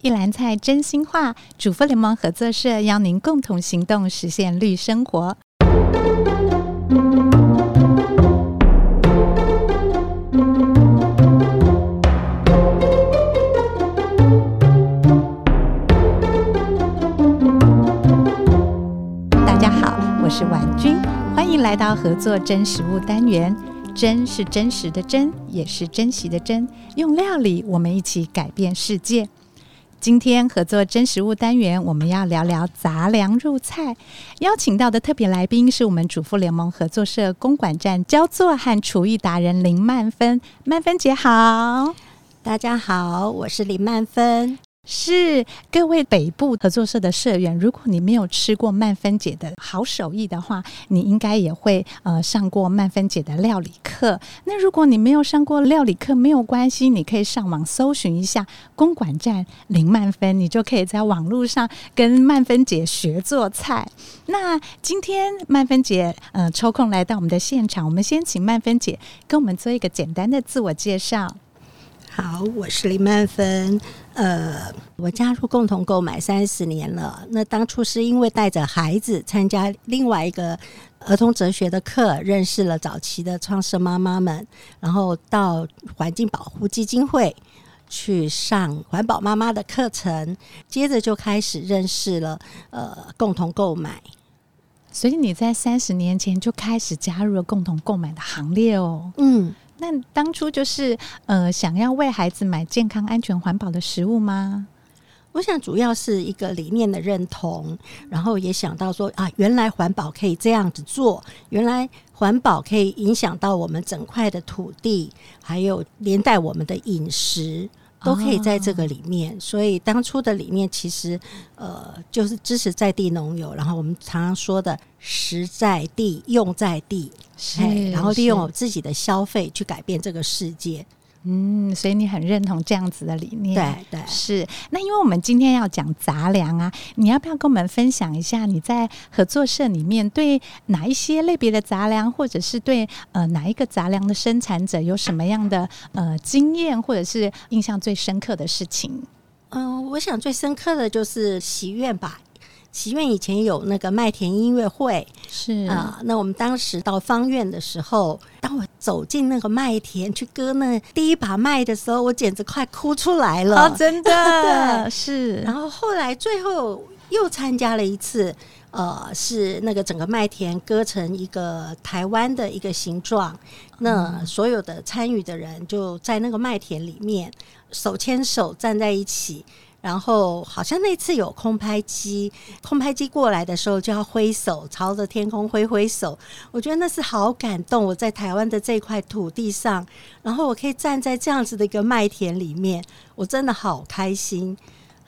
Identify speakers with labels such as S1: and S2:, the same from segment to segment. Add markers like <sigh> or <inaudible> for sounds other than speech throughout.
S1: 一篮菜真心话，主妇联盟合作社邀您共同行动，实现绿生活。大家好，我是婉君，欢迎来到合作真食物单元。真是真实的真，也是珍惜的珍。用料理，我们一起改变世界。今天合作真食物单元，我们要聊聊杂粮入菜。邀请到的特别来宾是我们主妇联盟合作社公馆站焦作和厨艺达人林曼芬。曼芬姐好，
S2: 大家好，我是林曼芬。
S1: 是各位北部合作社的社员，如果你没有吃过曼芬姐的好手艺的话，你应该也会呃上过曼芬姐的料理课。那如果你没有上过料理课，没有关系，你可以上网搜寻一下公馆站林曼芬，你就可以在网络上跟曼芬姐学做菜。那今天曼芬姐呃抽空来到我们的现场，我们先请曼芬姐跟我们做一个简单的自我介绍。
S2: 好，我是林曼芬。呃，我加入共同购买三十年了。那当初是因为带着孩子参加另外一个儿童哲学的课，认识了早期的创世妈妈们，然后到环境保护基金会去上环保妈妈的课程，接着就开始认识了呃共同购买。
S1: 所以你在三十年前就开始加入了共同购买的行列哦。
S2: 嗯，
S1: 那当初就是呃，想要为孩子买健康、安全、环保的食物吗？
S2: 我想主要是一个理念的认同，然后也想到说啊，原来环保可以这样子做，原来环保可以影响到我们整块的土地，还有连带我们的饮食。都可以在这个里面，所以当初的理念其实，呃，就是支持在地农友，然后我们常常说的“实在地、用在地”，哎，然后利用我自己的消费去改变这个世界。
S1: 嗯，所以你很认同这样子的理念。
S2: 对对，
S1: 是，那因为我们今天要讲杂粮啊，你要不要跟我们分享一下你在合作社里面对哪一些类别的杂粮，或者是对呃哪一个杂粮的生产者有什么样的呃经验，或者是印象最深刻的事情？
S2: 嗯、我想最深刻的就是祈愿吧。祈愿以前有那个麦田音乐会
S1: 是
S2: 啊、那我们当时到方院的时候，当我走进那个麦田去割那第一把麦的时候，我简直快哭出来了。
S1: 哦，真的
S2: <laughs> 对
S1: 是
S2: 然后后来最后又参加了一次，呃，是那个整个麦田割成一个台湾的一个形状，那所有的参与的人就在那个麦田里面手牵手站在一起。然后好像那次有空拍机，空拍机过来的时候就要挥手，朝着天空挥挥手。我觉得那是好感动。我在台湾的这块土地上，然后我可以站在这样子的一个麦田里面，我真的好开心。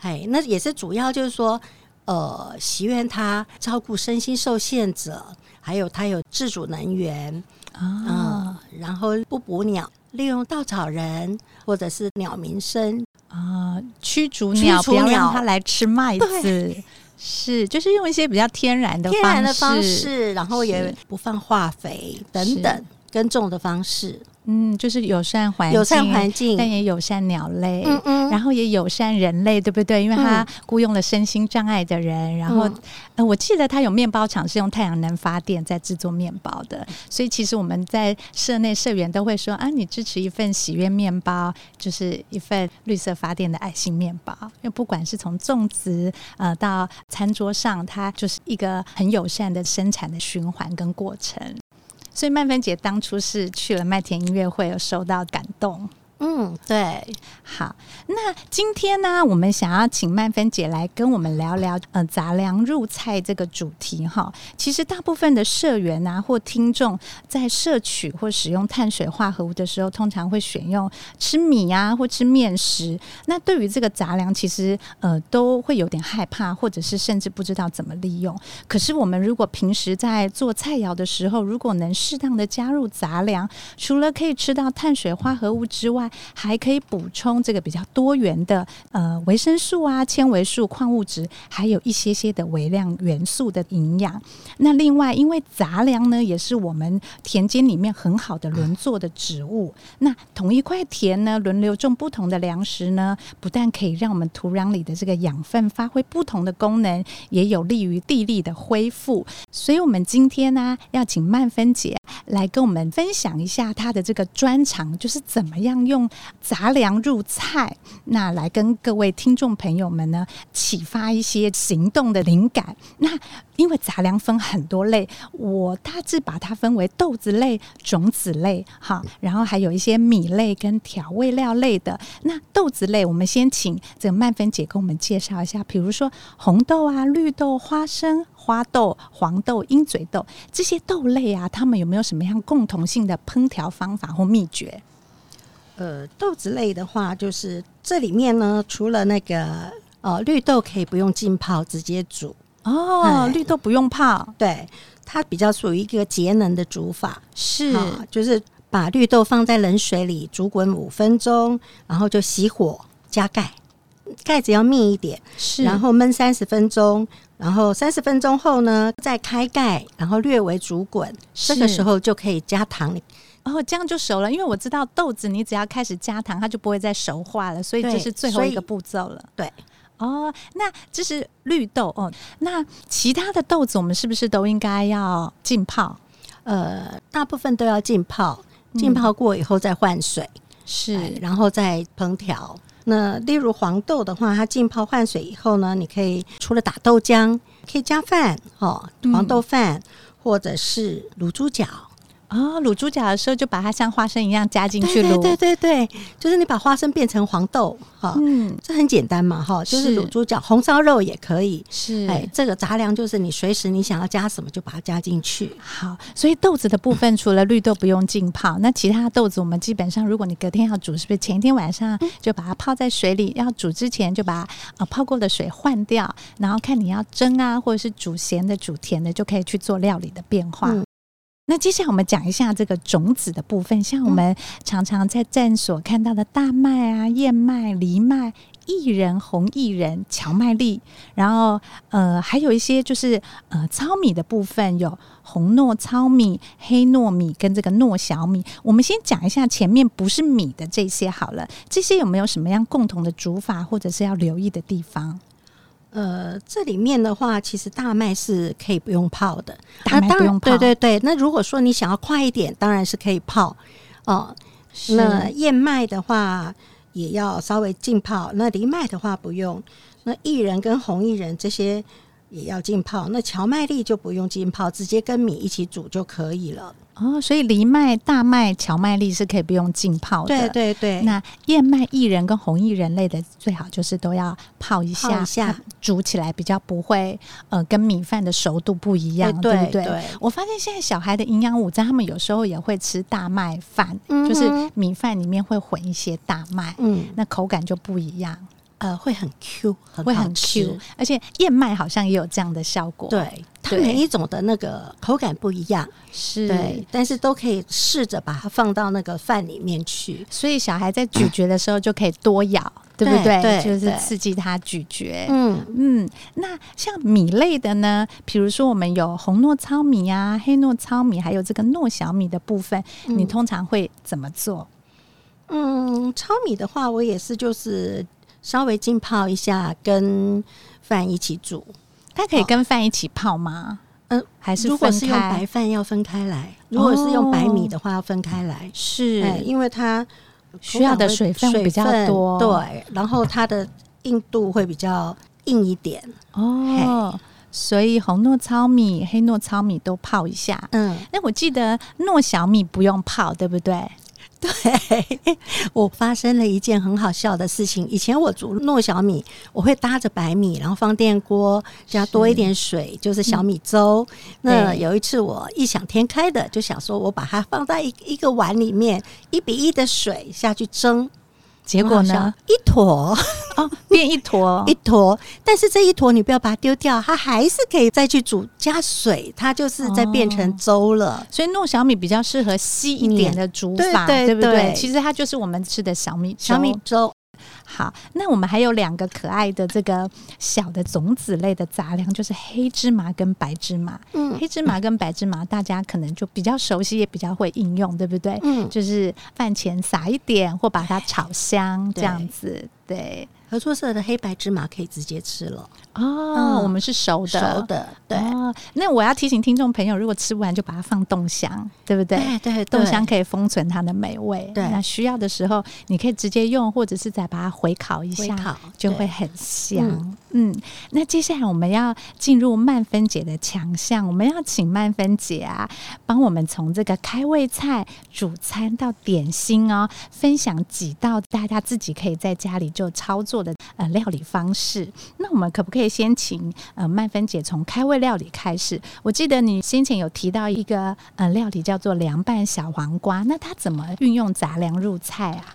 S2: 哎，那也是主要就是说，呃，祈愿他照顾身心受限者，还有他有自主能源，嗯、
S1: 啊
S2: 然后不捕鸟，利用稻草人或者是鸟鸣声，
S1: 啊，驱逐
S2: 驱
S1: 鸟，
S2: 逐
S1: 不要让
S2: 鸟
S1: 它来吃麦子
S2: 对。
S1: 是，就是用一些比较天然的
S2: 天然的方式，然后
S1: 是
S2: 也不放化肥等
S1: 是
S2: 等耕种的方式，
S1: 嗯，就是友善环境，
S2: 友善环境。
S1: 但也友善鸟类，
S2: 嗯嗯，
S1: 然后也友善人类，对不对？因为它
S2: 嗯
S1: 雇佣了身心障碍的人，然后、
S2: 嗯
S1: 呃，我记得它有面包厂是用太阳能发电在制作面包的，所以其实我们在社内社员都会说啊，你支持一份喜悦面包，就是一份绿色发电的爱心面包，因为不管是从种植呃到餐桌上，它就是一个很友善的生产的循环跟过程。所以曼芬姐当初是去了麦田音乐会，有受到感动。
S2: 嗯，对，
S1: 好，那今天呢，我们想要请曼芬姐来跟我们聊聊，呃，杂粮入菜这个主题哈。其实大部分的社员啊或听众在摄取或使用碳水化合物的时候，通常会选用吃米啊或吃面食。那对于这个杂粮，其实呃都会有点害怕，或者是甚至不知道怎么利用。可是我们如果平时在做菜肴的时候，如果能适当的加入杂粮，除了可以吃到碳水化合物之外，还可以补充这个比较多元的呃维生素啊、纤维素、矿物质，还有一些些的微量元素的营养。那另外，因为杂粮呢也是我们田间里面很好的轮作的植物，那同一块田呢轮流种不同的粮食呢，不但可以让我们土壤里的这个养分发挥不同的功能，也有利于地力的恢复。所以，我们今天呢、要请曼芬姐来跟我们分享一下她的这个专长，就是怎么样用杂粮入菜，那来跟各位听众朋友们呢启发一些行动的灵感。那因为杂粮分很多类，我大致把它分为豆子类、种子类，哈，然后还有一些米类跟调味料类的。那豆子类，我们先请这个曼芬姐给我们介绍一下，比如说红豆啊、绿豆、花生、花豆、黄豆、鹰嘴豆这些豆类啊，它们有没有什么样共同性的烹调方法或秘诀？
S2: 呃，豆子类的话，就是这里面呢，除了那个呃绿豆可以不用浸泡，直接煮，
S1: 哦，
S2: 哎
S1: 绿豆不用泡，
S2: 对，它比较属于一个节能的煮法，
S1: 是
S2: 啊就是把绿豆放在冷水里煮滚五分钟，然后就熄火加盖，盖子要密一点，
S1: 是，
S2: 然后焖三十分钟，然后三十分钟后呢再开盖，然后略微煮滚，这个
S1: 是
S2: 时候就可以加糖，
S1: 哦，这样就熟了，因为我知道豆子你只要开始加糖，它就不会再熟化了，所以这
S2: 对
S1: 是最后
S2: 所以
S1: 一个步骤了。
S2: 对。
S1: 哦，那这是绿豆哦。那其他的豆子我们是不是都应该要浸泡？
S2: 呃，大部分都要浸泡，
S1: 嗯
S2: 浸泡过以后再换水，哎
S1: 是
S2: 然后再烹调。那例如黄豆的话，它浸泡换水以后呢，你可以除了打豆浆，可以加饭哦，
S1: 嗯
S2: 黄豆饭、或者是卤猪脚。
S1: 哦，卤猪脚的时候就把它像花生一样加进去
S2: 对
S1: 卤。
S2: 对对对对，就是你把花生变成黄豆哈、哦
S1: 嗯，
S2: 这很简单嘛哈、就是
S1: 是
S2: 卤猪脚、红烧肉也可以。
S1: 是。
S2: 哎，这个杂粮就是你随时你想要加什么就把它加进去。
S1: 好，所以豆子的部分除了绿豆不用浸泡，那其他豆子我们基本上，如果你隔天要煮，是不是前一天晚上就把它泡在水里？要煮之前就把呃泡过的水换掉，然后看你要蒸啊，或者是煮咸的、煮甜的，就可以去做料理的变化。
S2: 嗯
S1: 那接下来我们讲一下这个种子的部分，像我们常常在站所看到的大麦啊、燕麦、藜麦、薏仁、红薏仁、荞麦粒，然后呃还有一些就是呃糙米的部分有红糯糙米、黑糯米跟这个糯小米。我们先讲一下前面不是米的这些好了，这些有没有什么样共同的煮法或者是要留意的地方？
S2: 呃，这里面的话，其实大麦是可以不用泡的，
S1: 大麦
S2: 那当
S1: 不用泡
S2: 对对对，那如果说你想要快一点，当然是可以泡哦。
S1: 是
S2: 那燕麦的话也要稍微浸泡，那藜麦的话不用，那薏仁跟红薏仁这些也要浸泡，那荞麦粒就不用浸泡，直接跟米一起煮就可以了。
S1: 哦，所以藜麦、大麦、荞麦粒是可以不用浸泡的。
S2: 对对对，
S1: 那燕麦、薏仁跟红薏仁类的，最好就是都要泡一下，
S2: 泡一下
S1: 它煮起来比较不会呃跟米饭的熟度不一样，
S2: 哎对
S1: 不对？我发现现在小孩的营养午餐，他们有时候也会吃大麦饭，
S2: 嗯哼
S1: 就是米饭里面会混一些大麦，
S2: 嗯
S1: 那口感就不一样，
S2: 呃会很 Q，很
S1: 会
S2: 好
S1: 很
S2: 吃
S1: Q，而且燕麦好像也有这样的效果，，
S2: 对，它
S1: 对
S2: 每一种的那个口感不一样。
S1: 是。
S2: 对，但是都可以试着把它放到那个饭里面去。
S1: 所以小孩在咀嚼的时候就可以多咬，对不对？
S2: 对对
S1: 就是
S2: 对
S1: 刺激他咀嚼。
S2: 嗯，
S1: 嗯，那像米类的呢，比如说我们有红糯糙米啊、黑糯糙米，还有这个糯小米的部分，你通常会怎么做？
S2: 嗯，糙米的话，我也是就是稍微浸泡一下，跟饭一起煮。
S1: 它可以跟饭一起泡吗？
S2: 嗯、
S1: 还是
S2: 如果
S1: 分
S2: 是用白
S1: 开？
S2: 饭要分开来，如果是用白米的话要分开来，
S1: 是
S2: 哎因为它
S1: 需要的
S2: 口感会
S1: 水分比较多
S2: 对，然后它的硬度会比较硬一点。
S1: 哦，所以红糯糙米、黑糯糙米都泡一下。
S2: 嗯，
S1: 那我记得糯小米不用泡，对不对？
S2: <laughs> 我发生了一件很好笑的事情。以前我煮糯小米，我会搭着白米，然后放电锅，加多一点水，就是小米粥。那
S1: 嗯对
S2: 有一次我异想天开的，就想说我把它放在一一个碗里面，一比一的水下去蒸，
S1: 结果
S2: 很好笑
S1: 呢？？
S2: 一坨
S1: 哦， <laughs> 变一坨
S2: <laughs> 一坨，但是这一坨你不要把它丢掉，它还是可以再去煮加水，它就是再变
S1: 哦
S2: 成粥了。
S1: 所以弄小米比较适合稀一点的煮法，
S2: 对对
S1: 不对？
S2: 对
S1: 其实它就是我们吃的小米
S2: 小米
S1: 粥
S2: 粥
S1: 好，那我们还有两个可爱的这个小的种子类的杂粮，就是黑芝麻跟白芝麻。
S2: 嗯
S1: 黑芝麻跟白芝麻大家可能就比较熟悉，也比较会应用，对不对？
S2: 嗯，
S1: 就是饭前撒一点，或把它炒香这
S2: 对
S1: 样子。对，
S2: 合作社的黑白芝麻可以直接吃了，
S1: 哦，我们是熟的，
S2: 熟的，对。
S1: 哦那我要提醒听众朋友，如果吃不完就把它放冻箱，对哎不对？
S2: 对对，
S1: 冻
S2: 对
S1: 箱可以封存它的美味。
S2: 对
S1: 那需要的时候你可以直接用，或者是再把它回烤一
S2: 微
S1: 下，
S2: 烤
S1: 就会
S2: 对
S1: 很香。嗯那接下来我们要进入曼芬姐的强项，我们要请曼芬姐啊，帮我们从这个开胃菜、主餐到点心哦，分享几道大家自己可以在家里就操作的呃料理方式。那我们可不可以先请呃曼芬姐从开胃料理开始？我记得你先前有提到一个呃料理叫做凉拌小黄瓜，那它怎么运用杂粮入菜啊？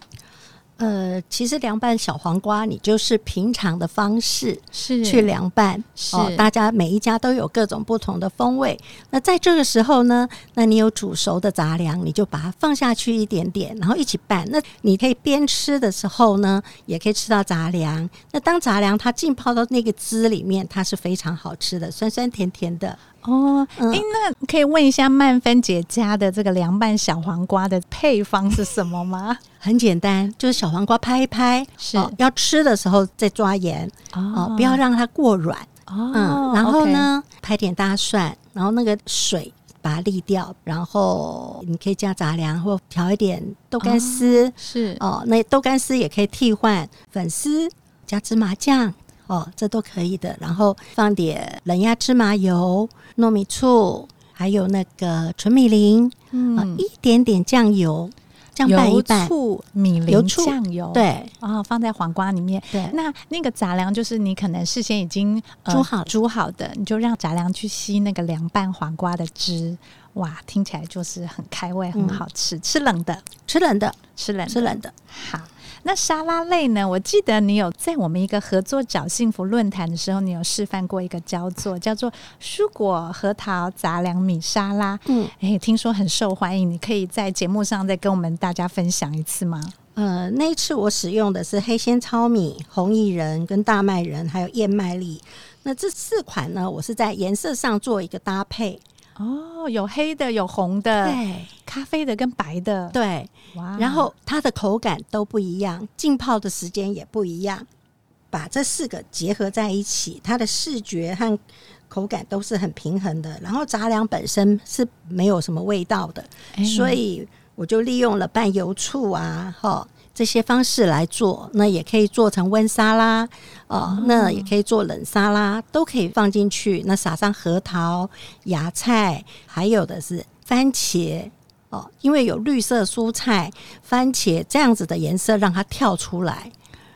S2: 呃，其实凉拌小黄瓜，你就是平常的方式
S1: 是
S2: 去凉拌，哦
S1: 是
S2: 大家每一家都有各种不同的风味。那在这个时候呢，那你有煮熟的杂粮，你就把它放下去一点点，然后一起拌。那你可以边吃的时候呢，也可以吃到杂粮。那当杂粮它浸泡到那个汁里面，它是非常好吃的，酸酸甜甜的。
S1: 哦，哎、
S2: 嗯
S1: 那可以问一下曼芬姐家的这个凉拌小黄瓜的配方是什么 <laughs> 吗？
S2: 很简单，就是小黄瓜拍一拍，
S1: 是
S2: 哦要吃的时候再抓盐哦不要让它过软。
S1: 哦
S2: 嗯，然后
S1: OK
S2: 呢，拍点大蒜，然后那个水把它沥掉，然后你可以加杂粮或调一点豆干丝
S1: 是
S2: 哦那豆干丝也可以替换粉丝，加芝麻酱哦，这都可以的。然后放点冷压芝麻油、糯米醋，还有那个纯米淋，啊
S1: 嗯，
S2: 一点点酱油，这样拌一
S1: 油
S2: 拌，
S1: 醋、米
S2: 油
S1: 淋、
S2: 醋
S1: 酱油，
S2: 对
S1: 哦，放在黄瓜里面。
S2: 对。
S1: 那那个杂粮就是你可能事先已经、呃
S2: 煮好了
S1: 煮好的，你就让杂粮去吸那个凉拌黄瓜的汁，哇，听起来就是很开胃，很
S2: 嗯
S1: 好吃。吃冷的，
S2: 吃冷的，
S1: 吃冷的，
S2: 吃冷的，
S1: 好，那沙拉类呢？我记得你有在我们一个合作找幸福论坛的时候，你有示范过一个叫做叫做蔬果核桃杂粮米沙拉。
S2: 嗯，
S1: 哎，听说很受欢迎，你可以在节目上再跟我们大家分享一次吗？
S2: 呃，那一次我使用的是黑鲜糙米、红薏仁、跟大麦仁，还有燕麦粒。那这四款呢，我是在颜色上做一个搭配。
S1: 哦，有黑的，有红的，
S2: 对啊
S1: 咖啡的跟白的，
S2: 对，
S1: 哇
S2: 然后它的口感都不一样，浸泡的时间也不一样。把这四个结合在一起，它的视觉和口感都是很平衡的。然后杂粮本身是没有什么味道的，
S1: 哎
S2: 所以我就利用了拌油醋啊，哈这些方式来做，那也可以做成温沙拉，哦，那也可以做冷沙拉，都可以放进去。那撒上核桃、芽菜，还有的是番茄。哦，因为有绿色蔬菜、番茄这样子的颜色，让它跳出来。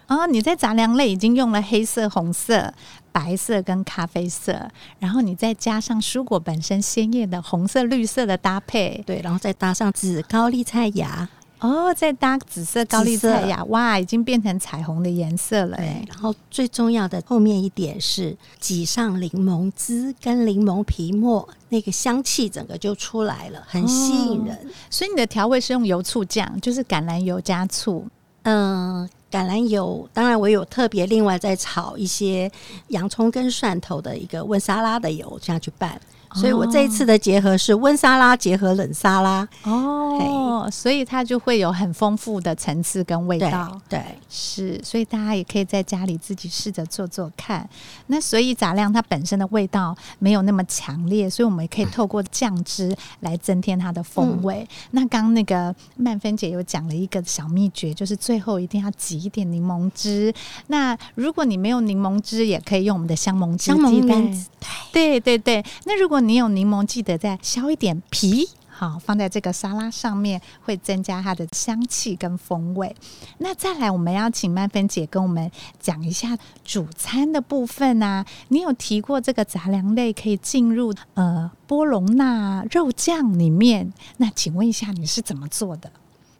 S1: 哦，你在杂粮类已经用了黑色、红色、白色跟咖啡色，然后你再加上蔬果本身鲜艳的红色、绿色的搭配，
S2: 对，然后再搭上紫高丽菜芽，
S1: 哦，再搭紫色高丽菜呀，哇，已经变成彩虹的颜色了哎
S2: 对，。然后最重要的后面一点是挤上柠檬汁跟柠檬皮末，那个香气整个就出来了，很吸引人。
S1: 所以你的调味是用油醋酱，就是橄榄油加醋。
S2: 嗯、橄榄油，当然我有特别另外再炒一些洋葱跟蒜头的一个温沙拉的油这样去拌。所以我这一次的结合是温沙拉结合冷沙拉，
S1: 哦，所以它就会有很丰富的层次跟味
S2: 对
S1: 道。
S2: 对
S1: 是，所以大家也可以在家里自己试着做做看。那所以杂粮它本身的味道没有那么强烈，所以我们也可以透过酱汁来增添它的风味。那刚刚那个曼芬姐有讲了一个小秘诀，就是最后一定要挤一点柠檬汁。那如果你没有柠檬汁，也可以用我们的香檬汁
S2: 香
S1: 替代
S2: 檬干
S1: 对对对，那如果你有柠檬，记得再削一点皮，好放在这个沙拉上面，会增加它的香气跟风味。那再来，我们要请曼芬姐跟我们讲一下主餐的部分啊。你有提过这个杂粮类可以进入呃波隆那肉酱里面，那请问一下你是怎么做的？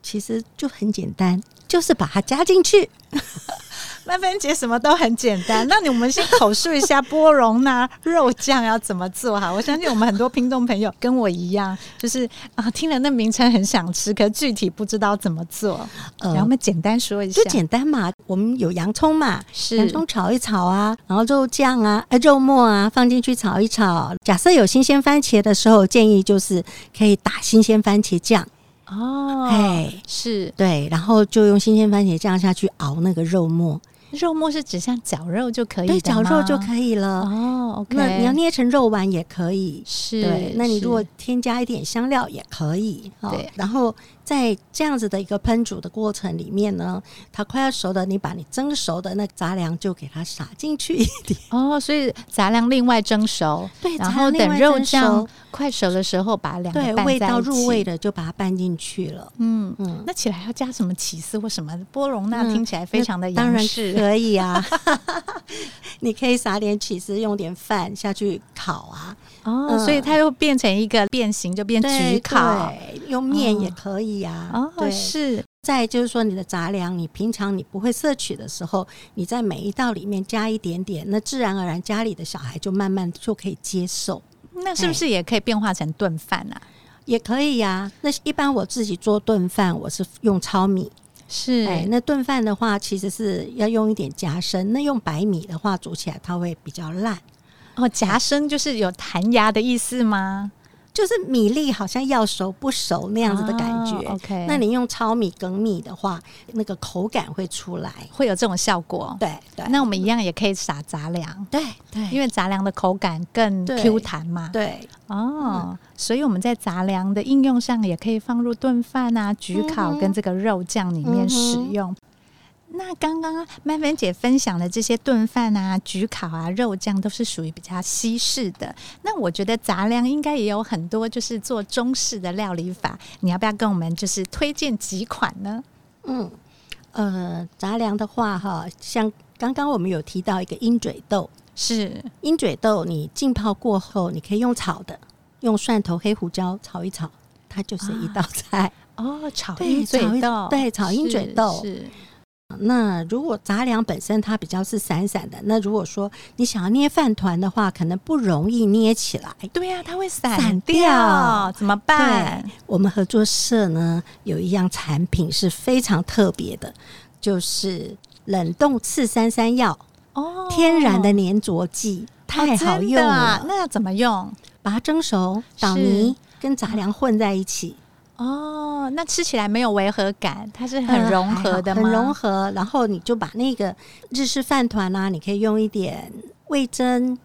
S2: 其实就很简单，就是把它加进去。
S1: 曼芬姐什么都很简单， <laughs> 那你我们先口述一下波蓉呐、肉酱要怎么做哈。我相信我们很多听众朋友跟我一样，就是啊，听了那名称很想吃，可是具体不知道怎么做。然后我们简单说一下
S2: 呃嗯就，简单嘛，我们有洋葱嘛，洋
S1: 是
S2: 葱炒一炒啊，然后肉酱啊、呃肉末啊放进去炒一炒。假设有新鲜番茄的时候，建议就是可以打新鲜番茄酱，
S1: 哦，
S2: 哎
S1: 是
S2: 对，然后就用新鲜番茄酱下去熬那个肉末，
S1: 肉末是指像绞肉就可以的
S2: 对，
S1: 吗，
S2: 绞肉就可以了。
S1: 哦，OK，
S2: 那你要捏成肉丸也可以，
S1: 是，
S2: 对，那你
S1: 是
S2: 如果添加一点香料也可以，哦
S1: 对
S2: 然后在这样子的一个烹煮的过程里面呢，它快要熟的，你把你蒸熟的那杂粮就给它撒进去一点，
S1: 哦，所以杂粮另外蒸熟，
S2: 对，
S1: 然
S2: <laughs> 杂
S1: 后
S2: 粮另
S1: 等
S2: 外
S1: 肉
S2: 蒸
S1: 酱
S2: 熟
S1: 快熟的时候，把两个
S2: 对
S1: 拌
S2: 味
S1: 在
S2: 道
S1: 一起
S2: 入味。的就把它拌进去了，
S1: 嗯，
S2: 嗯，
S1: 那起来要加什么起司或什么？波隆那
S2: 嗯
S1: 听起来非常的
S2: 当
S1: 洋
S2: 然
S1: 式，
S2: 可以
S1: <laughs>
S2: 啊，你可以撒点起司，用点饭下去烤啊，
S1: 哦，所以它又变成一个变形，就变焗
S2: 对
S1: 烤。，
S2: 对用面也
S1: 哦
S2: 可以啊，
S1: 哦，
S2: 对
S1: 是
S2: 再就是说，你的杂粮，你平常你不会摄取的时候，你在每一道里面加一点点，那自然而然家里的小孩就慢慢就可以接受，
S1: 那是不
S2: 哎
S1: 是也可以变化成炖饭啊？
S2: 也可以呀、那一般我自己做炖饭，我是用糙米，
S1: 是，
S2: 哎，那炖饭的话其实是要用一点夹生，那用白米的话煮起来它会比较烂，
S1: 哦，夹生就是有弹牙的意思吗？
S2: 就是米粒好像要熟不熟
S1: 这
S2: 那样子的感觉。
S1: 哦 OK，
S2: 那你用糙米梗米的话，那个口感会出来。
S1: 会有这种效果。
S2: 对对，
S1: 那我们一样也可以撒杂粮，
S2: 对对，
S1: 因为杂粮的口感更
S2: 对
S1: Q 弹嘛。
S2: 对
S1: 哦，所以我们在杂粮的应用上，也可以放入炖饭啊、焗烤
S2: 嗯哼
S1: 跟这个肉酱里面使用。
S2: 嗯
S1: 那刚刚曼芬姐分享的这些炖饭啊、焗烤啊、肉酱，都是属于比较西式的。那我觉得杂粮应该也有很多，就是做中式的料理法。你要不要跟我们就是推荐几款呢？
S2: 嗯，呃，杂粮的话，哈，像刚刚我们有提到一个鹰嘴豆，
S1: 是
S2: 鹰嘴豆你浸泡过后，你可以用炒的，用蒜头、黑胡椒炒一炒，它就是一
S1: 啊
S2: 道菜。
S1: 哦，炒
S2: 对
S1: 鹰
S2: 炒
S1: 嘴
S2: 鹰
S1: 豆，
S2: 对炒鹰嘴
S1: 是
S2: 豆
S1: 是
S2: 那如果杂粮本身它比较是散散的，那如果说你想要捏饭团的话，可能不容易捏起来。
S1: 对呀、它会散
S2: 啊散
S1: 掉
S2: 掉
S1: 怎么办？
S2: 我们合作社呢有一样产品是非常特别的，就是冷冻次三三药
S1: 哦，
S2: 天然的粘着剂。太好
S1: 真
S2: 用
S1: 的
S2: 了，
S1: 啊那要怎么用？
S2: 把它蒸熟，捣
S1: 是
S2: 泥跟杂粮混在一起，
S1: 哦，那吃起来没有违和感，它是很融合的
S2: 呃
S1: 吗？
S2: 还好很融合。然后你就把那个日式饭团啊，你可以用一点味增、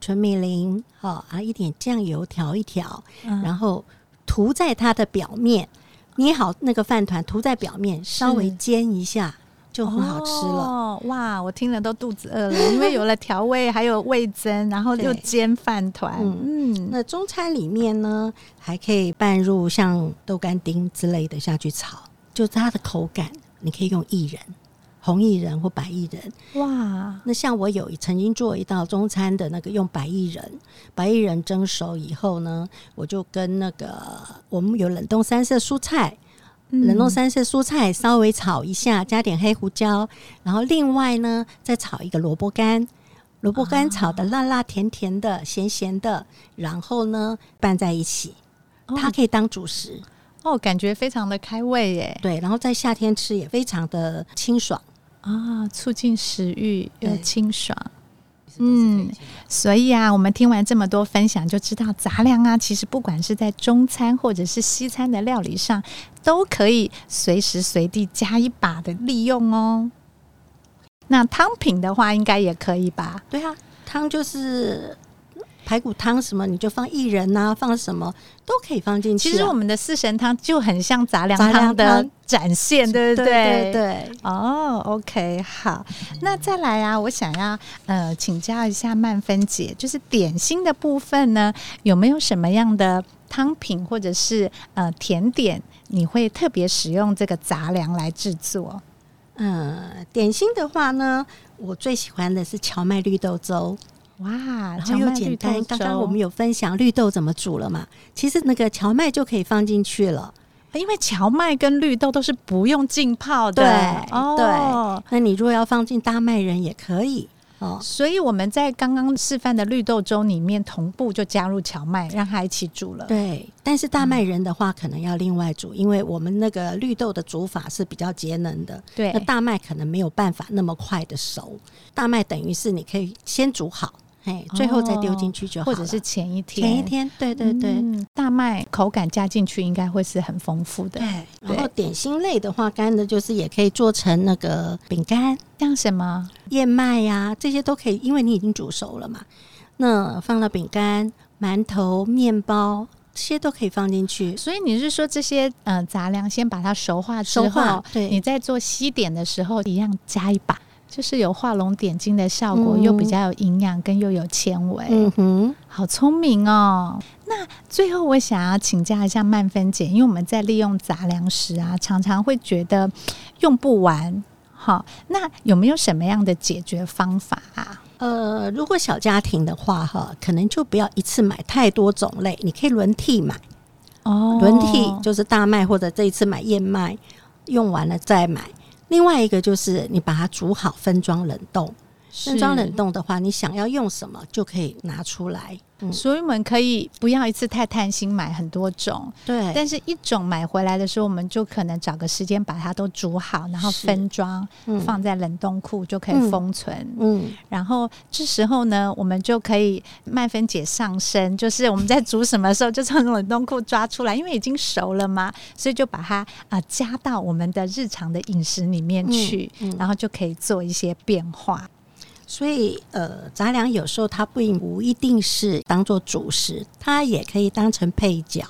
S2: 纯米淋，哦啊，一点酱油调一调，
S1: 嗯
S2: 然后涂在它的表面，捏好那个饭团涂在表面，稍微煎一下就很好吃了。
S1: 哦，哇，我听了都肚子饿了，因为有了调味，还有味增，然后又
S2: 对
S1: 煎饭团，嗯，
S2: 那中餐里面呢，还可以拌入像豆干丁之类的下去炒，就是它的口感，你可以用薏仁、红薏仁或白薏仁。
S1: 哇，
S2: 那像我有曾经做一道中餐的那个用白薏仁，白薏仁蒸熟以后呢，我就跟那个我们有冷冻三色蔬菜，
S1: 嗯
S2: 冷冻三色蔬菜稍微炒一下，加点黑胡椒，然后另外呢再炒一个萝卜干。萝卜
S1: 啊
S2: 干炒的辣辣甜甜的、咸咸的，然后呢拌在一起，它
S1: 哦
S2: 可以当主食，
S1: 哦，感觉非常的开胃耶，
S2: 对，然后在夏天吃也非常的清爽。
S1: 啊，促进食欲又
S2: 对
S1: 清爽。
S3: 嗯，
S1: 所以啊，我们听完这么多分享，就知道杂粮啊，其实不管是在中餐或者是西餐的料理上，都可以随时随地加一把的利用哦。那汤品的话，应该也可以吧？
S2: 对啊，汤就是排骨汤什么，你就放薏仁呐，放什么都可以放进去啊、
S1: 其实我们的四神汤就很像杂粮
S2: 杂粮
S1: 汤的
S2: 汤
S1: 展现，对不
S2: 对对对，
S1: 哦、o k 好，那再来啊，我想要呃请教一下曼芬姐，就是点心的部分呢，有没有什么样的汤品或者是呃甜点，你会特别使用这个杂粮来制作？
S2: 嗯，点心的话呢，我最喜欢的是荞麦绿豆粥，
S1: 哇，
S2: 然
S1: 啊荞
S2: 后又
S1: 麦
S2: 简
S1: 绿
S2: 单。
S1: 豆
S2: 刚刚
S1: 粥
S2: 我们有分享绿豆怎么煮了嘛，其实那个荞麦就可以放进去了。
S1: 因为荞麦跟绿豆都是不用浸泡的，
S2: 对
S1: 哦。
S2: 那你如果要放进大麦仁也可以哦。
S1: 所以我们在刚刚示范的绿豆粥里面，同步就加入荞麦，让它一起煮了。
S2: 对，但是大麦仁的话，可能要另外煮，因为我们那个绿豆的煮法是比较节能的，
S1: 对
S2: 那大麦可能没有办法那么快的熟。大麦等于是你可以先煮好，哎，最后再丢进去就好
S1: 哦或
S2: 了
S1: 者是前一天，
S2: 前一天，对对对。
S1: 嗯大麦口感加进去应该会是很丰富的
S2: 对。，然
S1: 对
S2: 后点心类的话，干的就是也可以做成那个饼干、
S1: 像什么？
S2: 燕麦呀、这些都可以，因为你已经煮熟了嘛。那放了饼干、馒头、面包，这些都可以放进去。
S1: 所以你是说这些呃杂粮先把它熟化啊之
S2: 熟化
S1: 后，
S2: 对
S1: 你在做西点的时候一样加一把，就是有画龙点睛的效果，
S2: 嗯
S1: 又比较有营养，跟又有纤维。
S2: 嗯哼，
S1: 好聪明哦！那最后我想要请教一下曼芬姐，因为我们在利用杂粮食啊，常常会觉得用不完。好，那有没有什么样的解决方法啊？
S2: 呃，如果小家庭的话，哈，可能就不要一次买太多种类，你可以轮替买，
S1: 哦
S2: 轮替就是大麦或者这一次买燕麦，用完了再买。另外一个就是你把它煮好，分装冷冻。分装冷。冻的话，你想要用什么就可以拿出来。嗯，
S1: 所以我们可以不要一次太贪心买很多种，
S2: 对
S1: 但是一种买回来的时候，我们就可能找个时间把它都煮好，然后
S2: 是
S1: 分装
S2: 嗯
S1: 放在冷冻库就可以
S2: 嗯
S1: 封存。
S2: 嗯，
S1: 然后这时候呢，我们就可以麦芬姐上身，就是我们在煮什么时候就从冷冻库抓出来，因为已经熟了嘛，所以就把它啊、呃加到我们的日常的饮食里面去，
S2: 嗯嗯
S1: 然后就可以做一些变化。
S2: 所以呃，杂粮有时候它不不一定是当做主食，它也可以当成配角。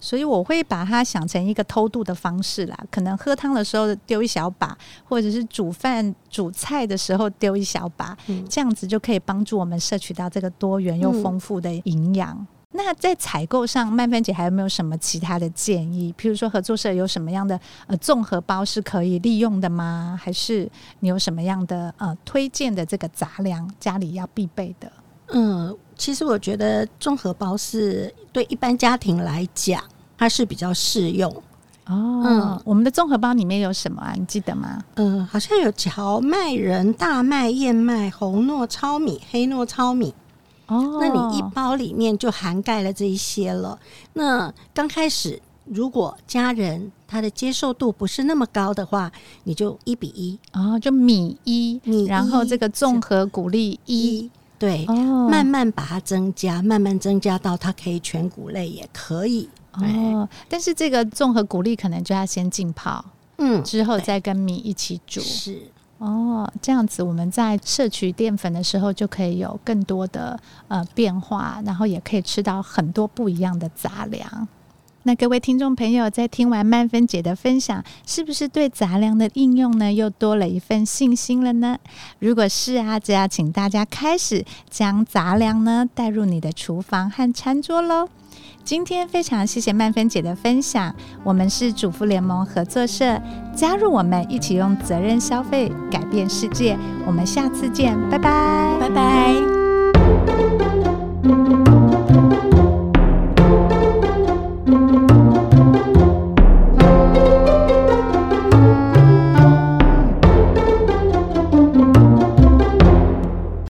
S1: 所以我会把它想成一个偷渡的方式啦，可能喝汤的时候丢一小把，或者是煮饭煮菜的时候丢一小把，
S2: 嗯
S1: 这样子就可以帮助我们摄取到这个多元又丰富的营养。
S2: 嗯
S1: 那在采购上，曼芬姐还有没有什么其他的建议？譬如说，合作社有什么样的呃综合包是可以利用的吗？还是你有什么样的呃推荐的这个杂粮家里要必备的？
S2: 嗯，其实我觉得综合包是对一般家庭来讲，它是比较适用。
S1: 哦，
S2: 嗯
S1: 我们的综合包里面有什么啊？你记得吗？
S2: 嗯，好像有荞麦仁、大麦、燕麦、红糯糙米、黑糯糙米，
S1: 哦，
S2: 那你一包里面就涵盖了这一些了。那刚开始，如果家人他的接受度不是那么高的话，你就一比一
S1: 哦，就米一，
S2: 米一
S1: 然后这个综合鼓励一，
S2: 一对，
S1: 哦，
S2: 慢慢把它增加，慢慢增加到它可以全谷类也可以。哎
S1: 哦，但是这个综合鼓励可能就要先浸泡，
S2: 嗯，
S1: 之后
S2: 对
S1: 再跟米一起煮。
S2: 是
S1: 哦，这样子我们在摄取淀粉的时候就可以有更多的呃变化，然后也可以吃到很多不一样的杂粮。那各位听众朋友，在听完曼芬姐的分享，是不是对杂粮的应用呢又多了一份信心了呢？如果是啊，就要请大家开始将杂粮呢带入你的厨房和餐桌喽。今天非常谢谢曼芬姐的分享，我们是主妇联盟合作社，加入我们一起用责任消费改变世界。我们下次见，拜拜。
S2: 拜拜。